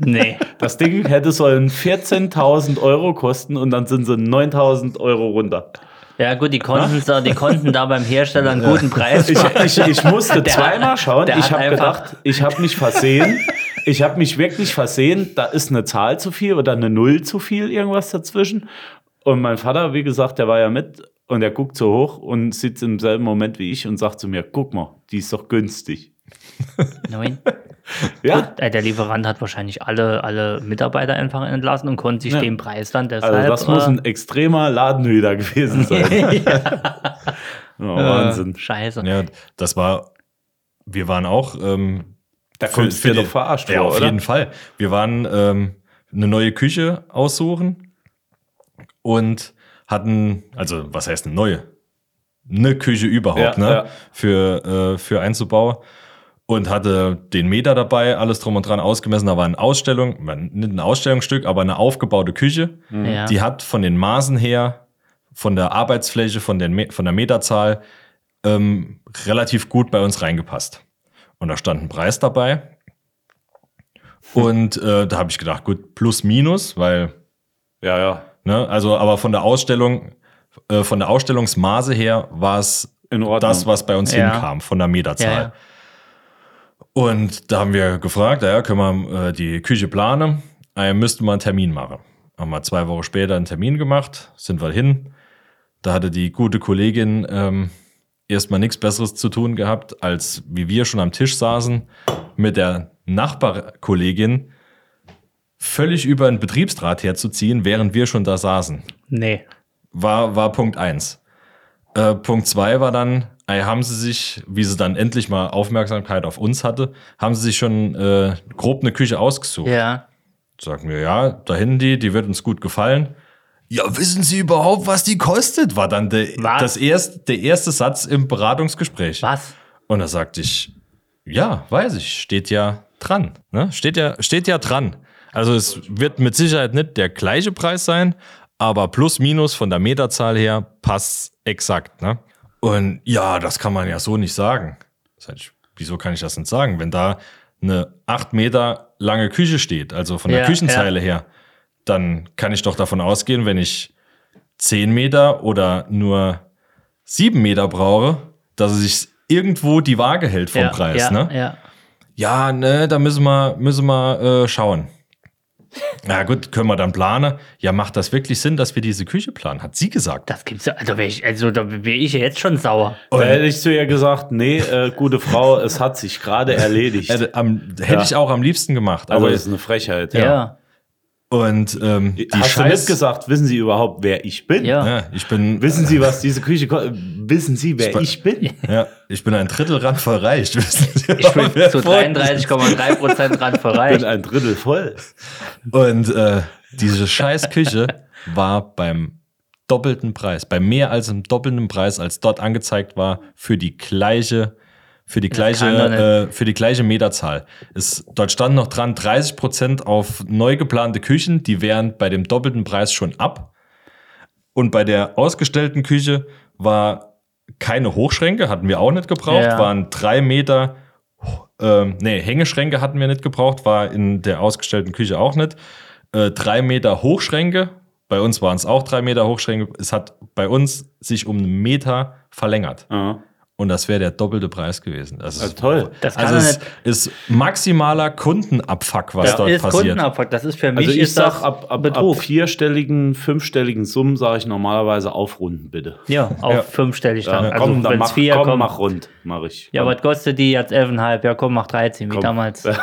E: Nee.
D: Das Ding hätte sollen 14.000 Euro kosten und dann sind sie 9.000 Euro runter.
E: Ja, gut, die konnten, da, die konnten da beim Hersteller einen guten Preis
D: Ich,
E: machen.
D: ich, ich musste
E: Der-
D: zweimal schauen.
E: der
D: Ich
E: hat
D: habe
E: einfach-
D: gedacht, ich habe mich versehen. Ich habe mich wirklich versehen. Da ist eine Zahl zu viel oder eine Null zu viel, irgendwas dazwischen. Und mein Vater, wie gesagt, der war ja mit und der guckt so hoch und sitzt im selben Moment wie ich und sagt zu mir: Guck mal, die ist doch günstig.
E: Nein.
D: Ja,
E: Äh, Der Lieferant hat wahrscheinlich alle, alle Mitarbeiter einfach entlassen und konnte sich
D: Ja.
E: den Preis dann deshalb.
D: also das muss
E: äh,
D: ein extremer Ladenhüter gewesen sein. Ja, Wahnsinn.
E: äh, Scheiße.
F: Ja, das war, wir waren auch, ähm,
D: Da kommst du dir
F: die-
D: doch verarscht
F: ja,
D: vor,
F: auf
D: oder?
F: jeden Fall. Wir waren ähm, eine neue Küche aussuchen und hatten, also was heißt eine neue? Eine Küche überhaupt,
D: Ja,
F: ne?
D: ja.
F: Für, äh, für Einzubau. Und hatte den Meter dabei, alles drum und dran ausgemessen. Da war eine Ausstellung, nicht ein Ausstellungsstück, aber eine aufgebaute Küche.
E: Ja.
F: Die hat von den Maßen her, von der Arbeitsfläche, von, den, Me- von der Meterzahl ähm, relativ gut bei uns reingepasst. Und da stand ein Preis dabei. Und äh, da habe ich gedacht, gut, plus minus, weil,
D: Ja, ja.
F: ne, also aber von der Ausstellung, äh, von der Ausstellungsmaße her war es
D: In Ordnung.
F: Genau, das, was bei uns
E: Ja.
F: hinkam, von der Meterzahl.
E: Ja, ja.
F: Und da haben wir gefragt, ja, können wir äh, die Küche planen? Äh, müssten wir einen Termin machen. Haben wir zwei Wochen später einen Termin gemacht, sind wir hin. Da hatte die gute Kollegin ähm, erstmal nichts Besseres zu tun gehabt, als wie wir schon am Tisch saßen, mit der Nachbarkollegin völlig über den Betriebsrat herzuziehen, während wir schon da saßen
E: Nee.
F: war, war Punkt eins. Äh, Punkt zwei war dann, ey, haben sie sich, wie sie dann endlich mal Aufmerksamkeit auf uns hatte, haben sie sich schon äh, grob eine Küche ausgesucht.
E: Ja.
F: Sagen wir, ja, da hinten die, die wird uns gut gefallen. Ja, wissen Sie überhaupt, was die kostet? War dann der,
E: Was?
F: das erst, der erste Satz im Beratungsgespräch.
E: Was?
F: Und da sagte ich, ja, weiß ich, steht ja dran. Ne? Steht, ja, steht ja dran. Also es wird mit Sicherheit nicht der gleiche Preis sein, aber plus minus von der Meterzahl her passt exakt. Ne? Und ja, das kann man ja so nicht sagen. Sag ich, wieso kann ich das nicht sagen? Wenn da eine acht Meter lange Küche steht, also von der
E: Ja,
F: Küchenzeile her, dann kann ich doch davon ausgehen, wenn ich zehn Meter oder nur sieben Meter brauche, dass es sich irgendwo die Waage hält vom
E: ja,
F: Preis.
E: ja,
F: ne?
E: Ja.
F: ja, ne, da müssen wir, müssen wir äh, schauen. Na gut, können wir dann planen. Ja, macht das wirklich Sinn, dass wir diese Küche planen? Hat sie gesagt.
E: Das gibt's ja. Also, wär ich, also da wäre ich ja jetzt schon sauer.
D: Da hätte ich zu ihr gesagt, nee, äh, gute Frau, es hat sich gerade erledigt.
F: Äh, am, hätte
D: Ja.
F: ich auch am liebsten gemacht.
D: Aber
F: Aber
D: ist eine Frechheit.
E: Ja.
F: und ähm, Also die
D: Hast du
F: Scheiß,
D: nicht gesagt, wissen Sie überhaupt, wer ich bin?
E: Ja.
F: Ja, ich bin
D: Wissen Sie, was diese Küche kostet? Wissen Sie, wer
F: Spa-
D: ich bin?
F: ja, ich bin ein Drittel randvoll reich.
E: Ich bin zu 33,3% dran
D: Ich bin
E: verreicht.
D: ein Drittel voll.
F: Und äh, diese scheiß Küche war beim doppelten Preis, bei mehr als einem doppelten Preis, als dort angezeigt war, für die gleiche, für die gleiche,
E: kann doch nicht.
F: äh, für die gleiche Meterzahl. Es, dort stand noch dran 30% auf neu geplante Küchen, die wären bei dem doppelten Preis schon ab. Und bei der ausgestellten Küche war keine Hochschränke, hatten wir auch nicht gebraucht,
E: Ja.
F: waren drei Meter, ähm, nee, Hängeschränke hatten wir nicht gebraucht, war in der ausgestellten Küche auch nicht. Äh, drei Meter Hochschränke, bei uns waren es auch drei Meter Hochschränke, es hat bei uns sich um einen Meter verlängert.
D: Ja.
F: Und das wäre der doppelte Preis gewesen. Das ist
D: Also toll.
E: Das kann
F: also
E: doch
F: es
E: nicht-
F: ist maximaler Kundenabfuck, was dort
E: ist
F: passiert.
E: Kundenabfuck. Das ist für mich
D: Also ich
E: ist
D: sag
E: das
D: ab, ab, ab
E: Betrug.
D: vierstelligen, fünfstelligen Summen sage ich normalerweise aufrunden bitte.
E: ja, auf fünfstellig dann.
D: Ja, ne,
E: also
D: komm, dann
E: wenn's
D: mach,
E: vier
D: komm,
E: kommt-
D: mach rund, mach ich.
E: Ja,
D: Komm.
E: was kostet die jetzt 11,5? Ja, komm, mach 13, wie
D: Komm.
E: damals.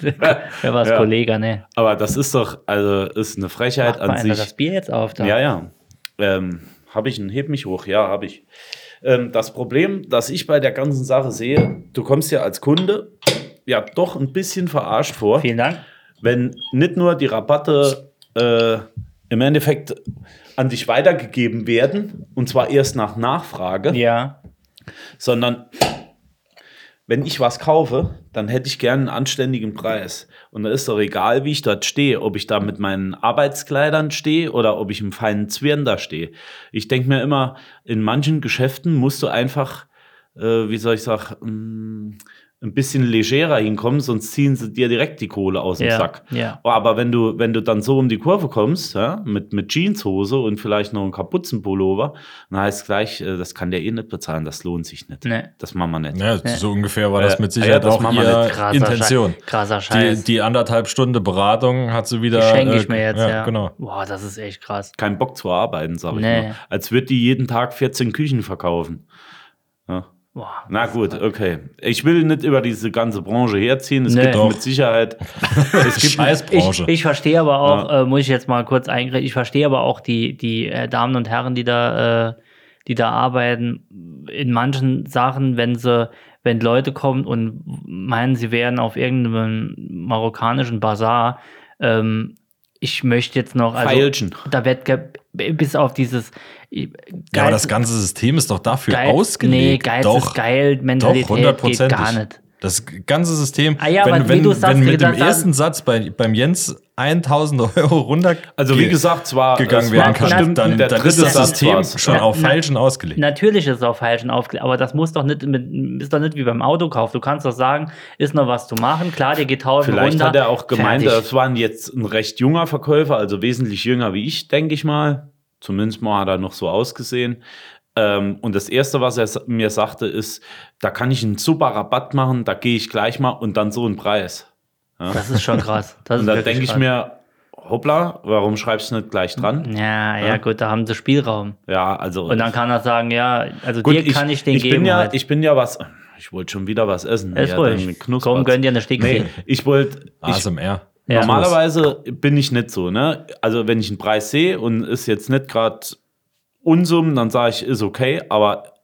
E: Wer war
D: Ja.
E: Kollege, ne?
D: Aber das ist doch, also ist eine Frechheit
E: Macht mal
D: an
E: einer
D: sich.
E: das Bier jetzt auf da.
D: Ja, ja. Ähm, habe ich einen, heb mich hoch, ja, habe ich. Ähm, das Problem, das ich bei der ganzen Sache sehe, du kommst ja als Kunde ja doch ein bisschen verarscht vor,
E: Vielen Dank.
D: wenn nicht nur die Rabatte äh, im Endeffekt an dich weitergegeben werden, und zwar erst nach Nachfrage,
E: Ja.
D: sondern wenn ich was kaufe, dann hätte ich gerne einen anständigen Preis. Und da ist doch egal, wie ich dort stehe, ob ich da mit meinen Arbeitskleidern stehe oder ob ich im feinen Zwirn da stehe. Ich denke mir immer, in manchen Geschäften musst du einfach, äh, wie soll ich sagen, ein bisschen legerer hinkommen, sonst ziehen sie dir direkt die Kohle aus dem
E: Ja,
D: Sack.
E: ja.
D: Oh, aber wenn du, wenn du dann so um die Kurve kommst, ja, mit, mit Jeanshose und vielleicht noch einem Kapuzenpullover, dann heißt es gleich, äh, das kann der eh nicht bezahlen, das lohnt sich nicht.
E: Nee.
D: Das machen wir nicht.
F: Ja, so ungefähr war das
D: Äh,
F: mit
D: ja,
F: Sicherheit
D: das
F: auch
D: machen wir
F: ihre
D: nicht.
F: Intention.
E: Scheiß. Krasser Scheiß.
F: Die, die anderthalb Stunde Beratung hat sie wieder.
E: Die schenke ich
F: äh,
E: mir jetzt, ja.
F: Genau.
E: Boah, das ist echt krass.
D: Kein Bock zu arbeiten, sag ich
E: Nee.
D: mal. Als würde die jeden Tag 14 Küchen verkaufen.
E: Boah.
D: Na gut, okay. Ich will nicht über diese ganze Branche herziehen. Es
E: Nee.
D: gibt
F: Doch.
D: mit Sicherheit.
F: Es gibt
E: Ich,
F: Scheißbranche.
E: ich verstehe aber auch, äh, muss ich jetzt mal kurz eingreifen, ich verstehe aber auch die, die äh, Damen und Herren, die da, äh, die da arbeiten, in manchen Sachen, wenn sie, wenn Leute kommen und meinen, sie wären auf irgendeinem marokkanischen Bazar, ähm, ich möchte jetzt noch, also
D: Feilschen.
E: da wird ge- bis auf dieses
F: ja, aber das ganze System ist doch dafür
E: Geiz-
F: ausgelegt.
E: Nee, Geiz
F: doch,
E: ist geil, Mentalität
F: doch,
E: geht
F: hundertprozentig.
E: gar nicht.
F: Das ganze System,
E: Ah ja,
F: wenn,
E: aber wie
F: wenn,
E: du sagst,
F: wenn
E: wie
F: mit dem
E: gesagt, dann-
F: ersten Satz bei, beim Jens 1000 Euro runter
D: Also wie gesagt, zwar
F: gegangen
D: es
F: werden
D: war
F: kann,
D: bestimmt
F: dann,
D: der
F: dann
D: dritte
F: ist das
D: Satz
F: System
D: war's.
F: schon
E: Ja.
F: auf
E: Na-
F: Falschen ausgelegt.
E: Natürlich ist es auf falschen aufgelegt, aber das muss doch nicht mit, ist doch nicht wie beim Autokauf. Du kannst doch sagen, ist noch was zu machen. Klar, dir geht tausend
D: Vielleicht
E: runter.
D: hat er auch gemeint,
E: fertig.
D: das waren jetzt ein recht junger Verkäufer, also wesentlich jünger wie ich, denke ich mal. Zumindest mal hat er noch so ausgesehen. Ähm, und das Erste, was er s- mir sagte, ist, da kann ich einen super Rabatt machen, da gehe ich gleich mal und dann so einen Preis.
E: das ist schon krass.
D: Und
E: Das ist
D: da
E: wirklich
D: denke ich
E: krass.
D: mir, hoppla, warum schreibst du nicht gleich dran?
E: Ja, ja,
D: Ja.
E: gut, da haben sie Spielraum.
D: Ja, also.
E: Mhm. Und dann kann er sagen, ja, also
D: Gut,
E: dir kann ich, den
D: ich
E: geben.
D: Bin ja,
E: halt.
D: ich bin ja was. Ich wollte schon wieder was essen.
E: Ist ruhig.
D: dann knuspert's.
E: Komm, gönn dir Ah, eine Sticke.
D: Nee, ich wollte. ich-
F: ASMR.
E: Ja.
D: Normalerweise bin ich nicht so, ne? Also wenn ich einen Preis sehe und ist jetzt nicht gerade Unsummen, dann sage ich, ist okay, aber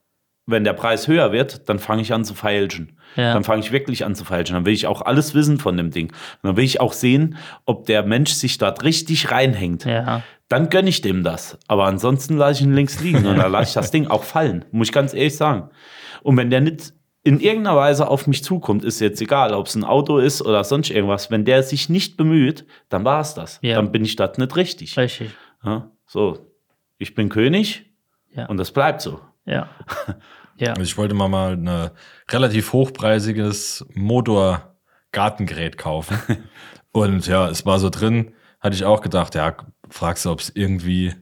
D: wenn der Preis höher wird, dann fange ich an zu feilschen.
E: Ja.
D: Dann fange ich wirklich an zu feilschen. Dann will ich auch alles wissen von dem Ding. Und dann will ich auch sehen, ob der Mensch sich dort richtig reinhängt.
E: ja.
D: Dann gönne ich dem das. Aber ansonsten lasse ich ihn links liegen und dann lasse ich das Ding auch fallen. Muss ich ganz ehrlich sagen. Und wenn der nicht in irgendeiner Weise auf mich zukommt, ist jetzt egal, ob es ein Auto ist oder sonst irgendwas, wenn der sich nicht bemüht, dann war es das.
E: Ja.
D: Dann bin ich dort nicht richtig.
E: Richtig.
D: Ja, so, ich bin König
E: Ja.
D: und das bleibt so.
E: Ja. ja.
F: Also ich wollte mal mal ein relativ hochpreisiges Motorgartengerät kaufen. Und ja, es war so drin, hatte ich auch gedacht, ja, fragst du, ob es irgendwie,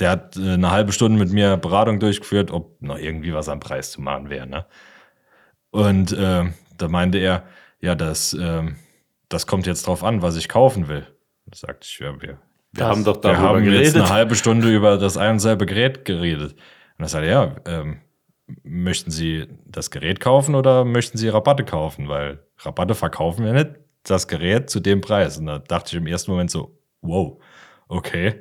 F: der hat äh, eine halbe Stunde mit mir Beratung durchgeführt, ob noch irgendwie was am Preis zu machen wäre. Ne? Und äh, da meinte er, ja, das, ähm, das kommt jetzt drauf an, was ich kaufen will. Da sagte ich, ja, wir
D: Wir haben doch
F: wir
D: darüber
F: haben jetzt eine
D: geredet.
F: halbe Stunde über das ein und selbe Gerät geredet. Und er sagte, ja, ähm, möchten Sie das Gerät kaufen oder möchten Sie Rabatte kaufen? Weil Rabatte verkaufen wir nicht, das Gerät zu dem Preis. Und da dachte ich im ersten Moment so, wow, okay.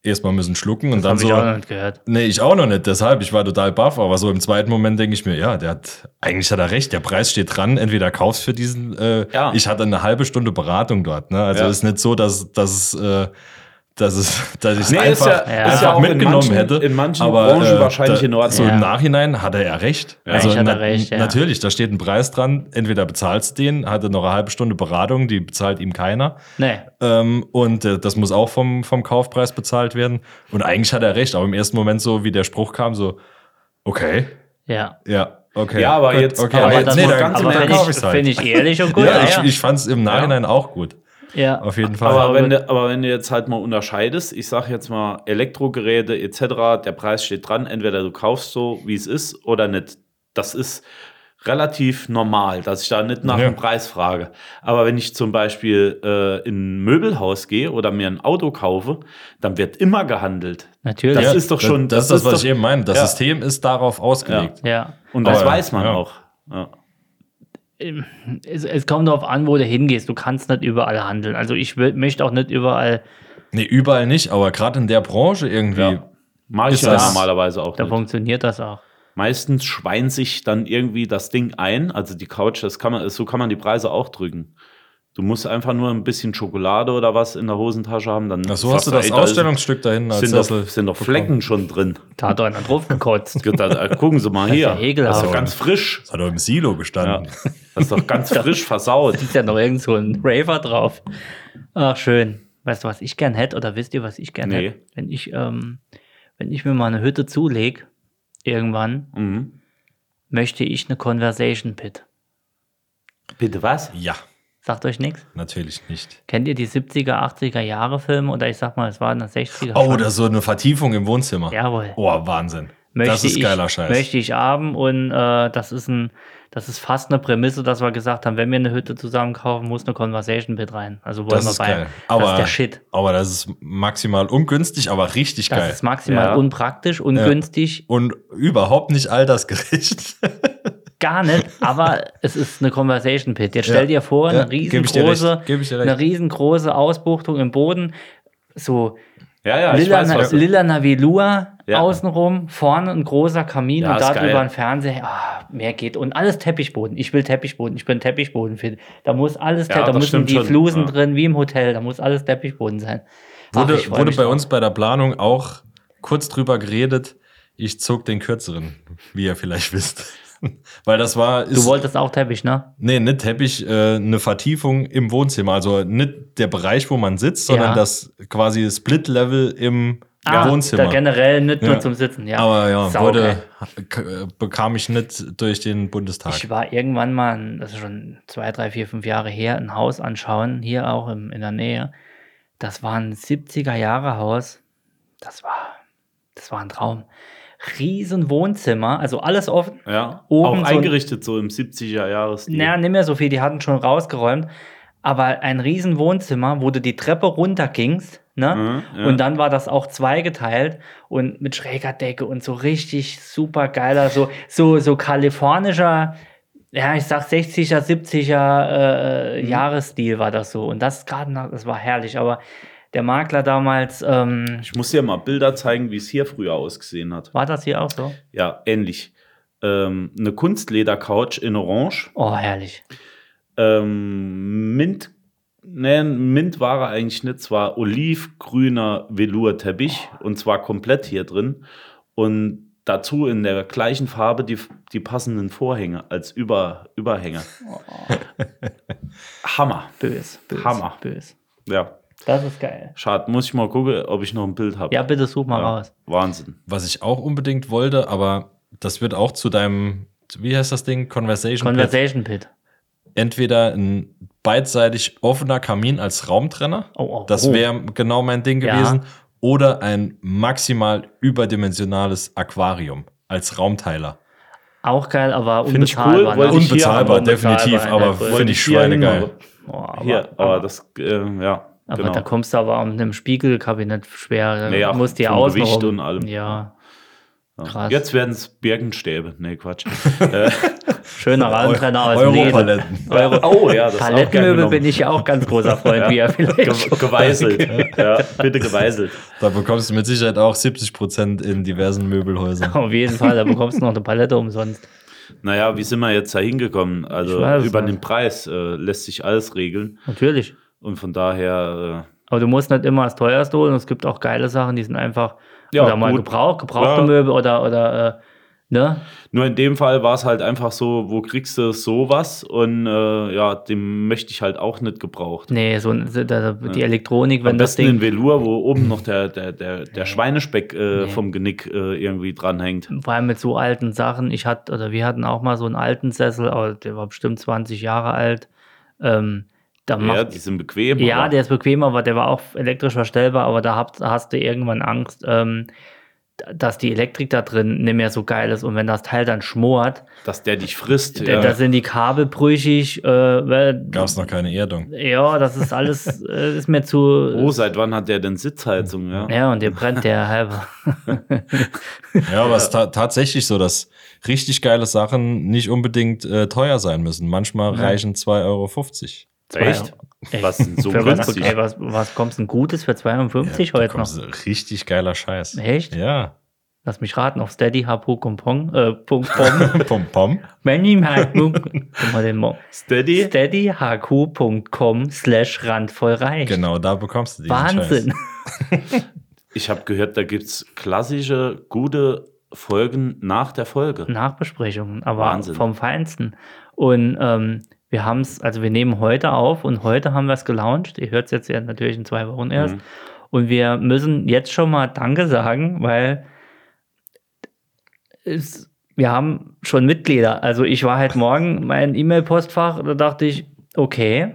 F: Erstmal müssen schlucken und dann
E: Habe
F: so.
E: ich auch noch nicht gehört.
F: Nee, ich auch noch nicht, deshalb, ich war total baff, aber so im zweiten Moment denke ich mir, ja, der hat, eigentlich hat er recht, der Preis steht dran, entweder kaufst für diesen, äh,
D: Ja.
F: ich hatte eine halbe Stunde Beratung dort, ne, also
D: Ja.
F: ist nicht so, dass, dass, äh, dass es, dass ich es
D: Nee, ist
F: einfach,
D: ja-
E: ja.
F: einfach
E: ist ja
D: auch in
F: mitgenommen
D: manchen-
F: hätte.
D: in manchen
F: aber, äh,
D: Branchen wahrscheinlich in Ordnung.
F: So
E: Ja.
F: im Nachhinein hat er ja recht. Also
E: Eigentlich hat er recht, ja.
F: Natürlich, da steht ein Preis dran. Entweder bezahlst du den, hat er noch eine halbe Stunde Beratung, die bezahlt ihm keiner.
E: Nee.
F: Ähm, und äh, das muss auch vom, vom Kaufpreis bezahlt werden. Und eigentlich hat er recht, aber im ersten Moment so, wie der Spruch kam, so, okay,
E: Ja.
F: ja, okay.
D: Ja, aber
F: gut,
D: jetzt-
F: okay,
D: aber
E: Aber,
D: jetzt
E: das
D: nee,
E: muss,
D: dann- ganz
E: aber
D: im
E: finde
D: Verkauf halt-
E: ich, find ich ehrlich und gut.
F: halt. ja,
E: ja.
F: ich, ich fand es im Nachhinein auch gut.
E: ja.
F: Auf jeden Fall.
D: Aber wenn, du, aber wenn du jetzt halt mal unterscheidest, ich sage jetzt mal Elektrogeräte etc., der Preis steht dran, entweder du kaufst so, wie es ist oder nicht. Das ist relativ normal, dass ich da nicht nach
F: Ja.
D: dem Preis frage. Aber wenn ich zum Beispiel äh, in ein Möbelhaus gehe oder mir ein Auto kaufe, dann wird immer gehandelt.
E: Natürlich.
D: Das
E: Ja,
D: ist doch
F: das-
D: schon-
F: Das,
D: das
F: ist das, was
D: ist
F: ich
D: doch-
F: eben meine. Das
D: Ja.
F: System ist darauf ausgelegt.
E: ja.
D: Und das
F: Aber,
D: weiß man
F: ja.
D: auch. Ja.
E: Ähm, Es, es kommt darauf an, wo du hingehst. Du kannst nicht überall handeln. Also ich will, möchte auch nicht überall,
F: Nee, überall nicht, aber gerade in der Branche irgendwie.
D: Ja. Mach ich
F: Ist
D: ja
F: das-
D: normalerweise auch.
E: da
D: Nicht.
E: funktioniert das auch.
D: Meistens schweint sich dann irgendwie das Ding ein, also die Couch, das kann man, so kann man die Preise auch drücken. Du musst einfach nur ein bisschen Schokolade oder was in der Hosentasche haben, dann.
F: Ach, so hast du das
D: ey, da ist-
F: Ausstellungsstück da hinten
D: Sind doch, sind doch Flecken schon drin.
E: Da hat einer drauf gekotzt.
D: Gut, da- da Gucken Sie mal hier.
E: ja ekelhaft.
D: das ist doch ganz frisch.
F: Das hat doch im Silo
D: Ja.
F: gestanden.
D: Das ist doch ganz frisch versaut.
E: ist ja noch irgend so ein Raver drauf. Ach, schön. Weißt du, was ich gern hätte? Oder wisst ihr, was ich gern
D: Nee.
E: hätte? Wenn ich, ähm, wenn ich mir mal eine Hütte zulege, irgendwann,
D: Mhm.
E: möchte ich eine Conversation Pit.
D: Bitte was?
F: Ja.
E: Sagt euch nichts?
F: natürlich nicht.
E: Kennt ihr die 70er, 80er Jahre Filme? Oder ich sag mal, es war in der 60er.
F: Oh,
E: schon.
F: da ist so eine Vertiefung im Wohnzimmer.
E: Jawohl.
F: Oh, Wahnsinn.
E: möchte
F: das ist
E: ich,
F: geiler Scheiß.
E: Möchte ich haben und äh, das ist ein, das ist fast eine Prämisse, dass wir gesagt haben, wenn wir eine Hütte zusammen kaufen, muss eine Conversation Pit rein. Also wollen
F: das
E: wir
F: ist
E: bei.
F: geil.
E: Aber das
F: Aber,
E: ist der Shit.
F: aber das ist maximal ungünstig, aber richtig
E: Das
F: geil.
E: ist maximal
D: Ja.
E: unpraktisch, ungünstig,
F: Und überhaupt nicht altersgerecht.
E: gar nicht, aber es ist eine Conversation Pit. Jetzt stell dir vor,
F: Ja,
E: eine
F: geb ich dir
E: riesengroße,
F: recht, geb ich dir recht.
E: eine riesengroße Ausbuchtung im Boden, so
D: Ja, ja, ich
E: lila,
D: weiß was.
E: lila Navilua
D: Ja.
E: außenrum, vorne ein großer Kamin
D: Ja,
E: und
D: ist geil.
E: darüber ein Fernseher. Ah, mehr geht. Und alles Teppichboden. Ich will Teppichboden. Ich bin Teppichbodenfan. Da muss alles,
D: Ja,
E: Tepp- da
D: das
E: müssen
D: stimmt
E: die
D: schon.
E: Flusen
D: Ja.
E: drin, wie im Hotel. Da muss alles Teppichboden sein. Ach,
F: Wurde,
E: ich freu
F: wurde
E: mich
F: bei
E: drauf.
F: uns bei der Planung auch kurz drüber geredet. Ich zog den kürzeren, wie ihr vielleicht wisst. Weil das war.
E: Du
F: ist-
E: wolltest auch Teppich, ne?
F: Nee, nicht Teppich, äh, eine Vertiefung im Wohnzimmer. Also nicht der Bereich, wo man sitzt, sondern
E: Ja. Ah,
F: das quasi Split-Level im Wohnzimmer.
E: Da generell nicht nur
F: Ja.
E: zum Sitzen, ja.
F: Aber ja,
E: Sau geil.
F: wurde, k- äh, bekam ich nicht durch den Bundestag.
E: Ich war irgendwann mal, ein- das ist schon zwei, drei, vier, fünf Jahre her, ein Haus anschauen, hier auch im, in der Nähe. Das war ein 70er-Jahre-Haus. Das war, das war ein Traum. Riesen Wohnzimmer, also alles offen.
D: Ja,
E: Oben so
D: auch
E: ein-
D: eingerichtet so im 70er-Jahres-Stil.
E: Naja, nicht mehr so viel, die hatten schon rausgeräumt. Aber ein riesen Wohnzimmer, wo du die Treppe runtergingst, ne?
D: Mhm, ja.
E: Und dann war das auch zweigeteilt und mit schräger Decke und so richtig super geiler, so, so, so kalifornischer, ja, ich sag 60er, 70er äh,
D: Mhm.
E: Jahresstil war das so. Und das gerade nach, das war herrlich, aber der Makler damals, ähm,
D: Ich muss dir mal Bilder zeigen, wie es hier früher ausgesehen hat.
E: war das hier auch so?
D: Ja, ähnlich. Ähm, eine Kunstleder-Couch in Orange.
E: Oh, herrlich.
D: Ähm, Mint, nee, Mint war er eigentlich nicht, zwar olivgrüner Velour-Teppich und zwar komplett hier drin und dazu in der gleichen Farbe die, die passenden Vorhänge als Über, Überhänge. Hammer.
E: Bös, bös.
D: Hammer.
E: Bös.
D: Ja,
E: Das ist geil.
D: schade. Muss ich mal gucken, ob ich noch ein Bild habe.
E: Ja, bitte such mal raus.
D: Wahnsinn.
F: Was ich auch unbedingt wollte, aber das wird auch zu deinem, wie heißt das Ding? Conversation.
E: Conversation Pit.
F: Entweder ein beidseitig offener Kamin als Raumtrenner.
E: Oh, oh,
F: Das
E: oh.
F: wäre genau mein Ding
E: Ja.
F: gewesen. Oder ein maximal überdimensionales Aquarium als Raumteiler.
E: Auch geil, aber
D: Find ich
E: unbezahlbar.
D: cool, wollte
E: ne?
D: ich hier
F: Unbezahlbar,
D: aber
F: definitiv,
E: unbezahlbar,
F: aber
E: ja, cool.
F: finde ich
D: Hier
F: schweinegeil.
D: hin,
E: Oh, aber,
D: Aber, hier, aber, das, äh, ja.
E: aber
D: genau.
E: da kommst du aber mit einem Spiegelkabinett schwer.
D: Naja,
E: Naja, musst dir
D: vom
E: außen
D: Gewicht
E: rum-
D: und allem.
E: Ja, krass.
D: Jetzt werden es Birkenstäbe. Nee, Quatsch.
E: schöner Rahmentrenner aus Leder.
F: Europaletten.
E: Euro
D: Oh ja, das ist auch gern
E: Palettenmöbel
D: genommen.
E: bin ich ja auch ganz großer Freund, wie er vielleicht.
D: Ge
E: schon-
D: geweißelt. ja, bitte geweißelt.
F: Da bekommst du mit Sicherheit auch 70% in diversen Möbelhäusern.
E: Auf jeden Fall, da bekommst du noch eine Palette umsonst.
D: Naja, wie sind wir jetzt da hingekommen? Also
E: Ich weiß es
D: über
E: nicht.
D: den Preis äh, lässt sich alles regeln.
E: Natürlich.
D: Und von daher, äh,
E: Aber du musst nicht immer das teuerste holen. Es gibt auch geile Sachen, die sind einfach
D: Ja,
E: oder mal
D: gut.
E: gebraucht, gebrauchte
D: Ja.
E: Möbel oder oder äh, ne?
D: Nur in dem Fall war es halt einfach so, wo kriegst du sowas? Und äh, ja, dem möchte ich halt auch nicht gebraucht.
E: Nee, so ein- da, da, die Elektronik,
D: Am
E: wenn das
D: besten in
E: Ding
D: Velour, wo oben noch der, der, der, der Schweinespeck äh, vom Genick äh, irgendwie dranhängt.
E: vor allem mit so alten Sachen. Ich hatte, oder wir hatten auch mal so einen alten Sessel, aber der war bestimmt 20 Jahre alt. Ähm, da
D: Ja,
E: macht,
D: die sind bequem.
E: ja,
D: aber-
E: der ist bequem, aber der war auch elektrisch verstellbar, aber da habt, hast du irgendwann Angst, ähm, d- dass die Elektrik da drin nicht mehr so geil ist und wenn das Teil dann schmort,
D: dass der dich frisst.
E: denn da sind die Kabel brüchig, äh, weil-
F: Gab es noch keine Erdung.
E: ja, das ist alles, äh, ist mir zu,
D: Oh, seit wann hat der denn Sitzheizung? Ja.
E: ja, und dir brennt der halbe.
F: Ja, aber es ist ta tatsächlich so, dass richtig geile Sachen nicht unbedingt äh, teuer sein müssen. Manchmal reichen 2,50 Euro.
D: Echt?
E: Echt?
D: Was denn so
E: für was,
D: günstig?
E: ey, was, was kommst du denn Gutes für 52
F: Da
E: heute
F: kommt
E: noch?
F: so richtig geiler Scheiß.
E: Echt?
F: Ja.
E: Lass mich raten, auf steadyh.com. Äh, Punkt com.
F: Pom pom.
E: Many Hack- Guck mal den Mo-
D: Steady?
E: steadyhq.com slash randvollreich.
F: Genau, da bekommst du diesen
E: Wahnsinn.
F: Scheiß.
D: Ich habe gehört, da gibt es klassische, gute Folgen nach der
E: Hm.
D: Folge.
E: Nachbesprechungen, aber
D: Wahnsinn.
E: vom Feinsten. Und ähm, wir haben es, also wir nehmen heute auf und heute haben wir es gelauncht. Ihr hört es jetzt ja natürlich in zwei Wochen erst.
D: Mhm.
E: Und wir müssen jetzt schon mal Danke sagen, weil es, wir haben schon Mitglieder. Also ich war halt morgen mein E-Mail-Postfach, da dachte ich, okay.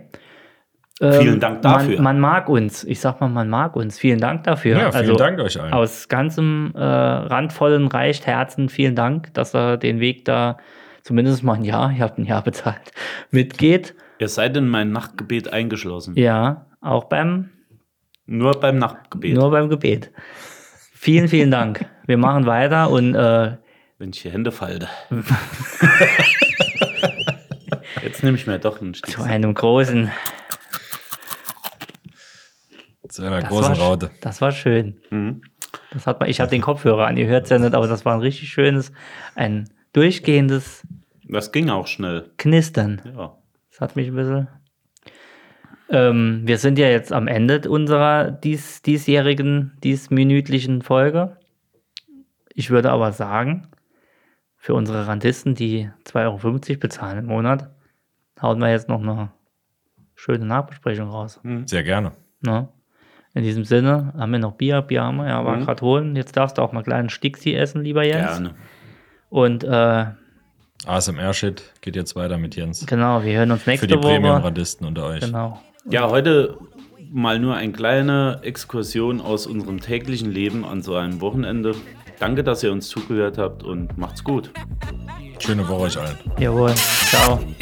E: ähm,
D: Vielen Dank dafür.
E: Man, man mag uns. Ich sag mal, man mag uns. Vielen Dank dafür.
F: Ja, vielen
E: also,
F: Dank euch allen.
E: aus ganzem äh, randvollen reicht Herzen vielen Dank, dass er den Weg da zumindest mal ein Jahr, ihr habt ein Jahr bezahlt, mitgeht.
D: Ihr seid in mein Nachtgebet eingeschlossen.
E: Ja, auch beim
D: Nur beim Nachtgebet.
E: nur beim Gebet. Vielen, vielen Dank. Wir machen weiter und äh,
D: Wenn ich hier Hände falte. Jetzt nehme ich mir doch einen
E: zu
D: Stift.
E: einem großen.
F: Zu einer
E: Das
F: großen
E: war, sch-
F: Raute.
E: Das war schön. Das hat man, ich habe den Kopfhörer an, ihr hört es ja nicht, aber das war ein richtig schönes, ein durchgehendes
D: Das ging auch schnell.
E: Knistern.
D: Ja.
E: Das hat mich ein bisschen. Ähm, wir sind ja jetzt am Ende unserer dies, diesjährigen, diesminütlichen Folge. Ich würde aber sagen, für unsere Randisten, die 2,50 Euro bezahlen im Monat, hauen wir jetzt noch eine schöne Nachbesprechung raus.
F: Sehr gerne.
E: Ne? In diesem Sinne, haben wir noch Bier? Bier haben wir, ja,
F: Hm.
E: war gerade holen. Jetzt darfst du auch mal einen kleinen Stixi essen, lieber Jens.
D: Gerne.
E: Und äh,
F: ASMR-Shit geht jetzt weiter mit Jens.
E: genau, wir hören uns
F: Für
E: nächste
F: die
E: Woche.
F: Premium-Radisten unter euch.
E: Genau.
D: Ja, heute mal nur eine kleine Exkursion aus unserem täglichen Leben an so einem Wochenende. Danke, dass ihr uns zugehört habt und macht's gut.
F: Schöne Woche euch allen.
E: Jawohl. Ciao.
F: We